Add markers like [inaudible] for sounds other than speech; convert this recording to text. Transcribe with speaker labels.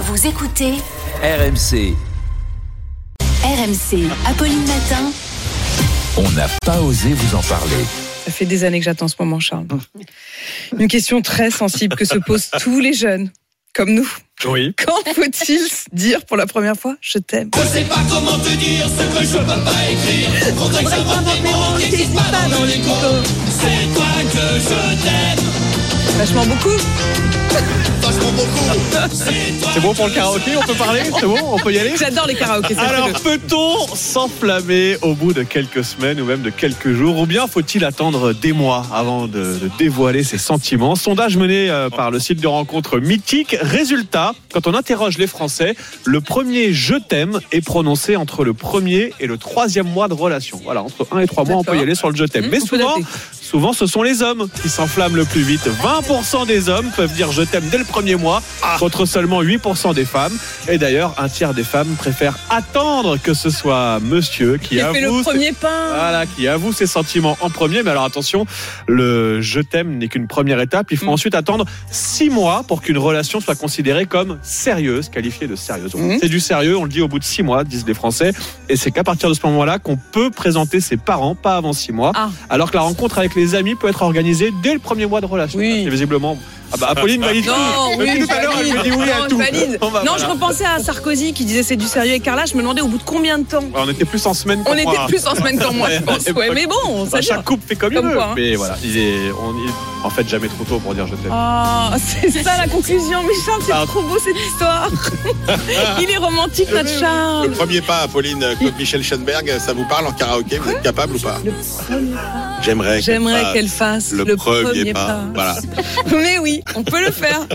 Speaker 1: Vous écoutez
Speaker 2: RMC,
Speaker 1: RMC, Apolline Matin.
Speaker 2: on n'a pas osé vous en parler.
Speaker 3: Ça fait des années que j'attends ce moment, Charles.
Speaker 4: [laughs]
Speaker 3: Une question très sensible que se posent tous les jeunes, comme nous.
Speaker 4: Oui.
Speaker 3: Quand faut-il se dire pour la première fois je t'aime [laughs] Vachement beaucoup.
Speaker 4: C'est bon pour le karaoké On peut parler C'est bon On peut y aller
Speaker 3: J'adore les karaokés. ça,
Speaker 4: alors,
Speaker 3: fais-le.
Speaker 4: peut-on s'enflammer au bout de quelques semaines ou même de quelques jours Ou bien faut-il attendre des mois avant de, de dévoiler ses sentiments Sondage mené euh, par le site de rencontre Mythique. Résultat, quand on interroge les Français, le premier « je t'aime » est prononcé entre le premier et le troisième mois de relation. Voilà, entre un et trois mois, on peut y
Speaker 3: D'accord.
Speaker 4: aller sur le « je t'aime
Speaker 3: Mmh,
Speaker 4: Mais
Speaker 3: on peut
Speaker 4: eh ben, souvent,
Speaker 3: dater.
Speaker 4: souvent, ce sont les hommes qui s'enflamment le plus vite. 20% des hommes peuvent dire « je t'aime » dès le premier mois, contre seulement 8% des femmes. Et d'ailleurs, un tiers des femmes préfèrent attendre que ce soit monsieur qui
Speaker 3: J'ai fait le
Speaker 4: avoue, ses-
Speaker 3: premier pain.
Speaker 4: voilà, qui avoue ses sentiments en premier. Mais alors attention, le je t'aime n'est qu'une première étape. Il faut
Speaker 3: Mm.
Speaker 4: ensuite attendre six mois pour qu'une relation soit considérée comme sérieuse, qualifiée de sérieuse. Donc,
Speaker 3: Mm.
Speaker 4: C'est du sérieux, on le dit au bout de six mois, disent les Français. Et c'est qu'à partir de ce moment-là qu'on peut présenter ses parents, pas avant six mois.
Speaker 3: Ah.
Speaker 4: Alors que la rencontre avec les amis peut être organisée dès le premier mois de relation.
Speaker 3: Oui.
Speaker 4: C'est visiblement. Ah bah, Apolline valide
Speaker 3: Non,
Speaker 4: tout.
Speaker 3: oui,
Speaker 4: Depuis tout à l'heure, elle me dit oui à
Speaker 3: non, je
Speaker 4: tout.
Speaker 3: valide.
Speaker 4: Bon, bah,
Speaker 3: non,
Speaker 4: voilà.
Speaker 3: je repensais à Sarkozy qui disait c'est du sérieux avec Carla. Je me demandais au bout de combien de temps.
Speaker 4: Ouais, On était plus en semaine qu'en
Speaker 3: On était
Speaker 4: mois.
Speaker 3: plus en semaine qu'en moi, je pense. Ouais, mais bon,
Speaker 4: Bah,
Speaker 3: ça
Speaker 4: chaque
Speaker 3: dure.
Speaker 4: couple fait comme,
Speaker 3: Comme
Speaker 4: il veut.
Speaker 3: quoi, hein.
Speaker 4: Mais voilà, il est, on, il- en fait, jamais trop tôt pour dire je t'aime.
Speaker 3: Ah, c'est ça la conclusion, mais Charles,
Speaker 4: Ah.
Speaker 3: c'est trop beau cette histoire. Il est romantique, notre
Speaker 5: Le
Speaker 3: Charles.
Speaker 5: premier pas, Pauline, comme Michel Schoenberg, ça vous parle en karaoké Vous êtes capable ou pas
Speaker 3: Le premier pas.
Speaker 5: J'aimerais.
Speaker 3: J'aimerais
Speaker 5: qu'elle
Speaker 3: qu'elle fasse
Speaker 5: fasse
Speaker 3: le, premier, pas.
Speaker 5: Voilà.
Speaker 3: Mais oui, on peut le faire.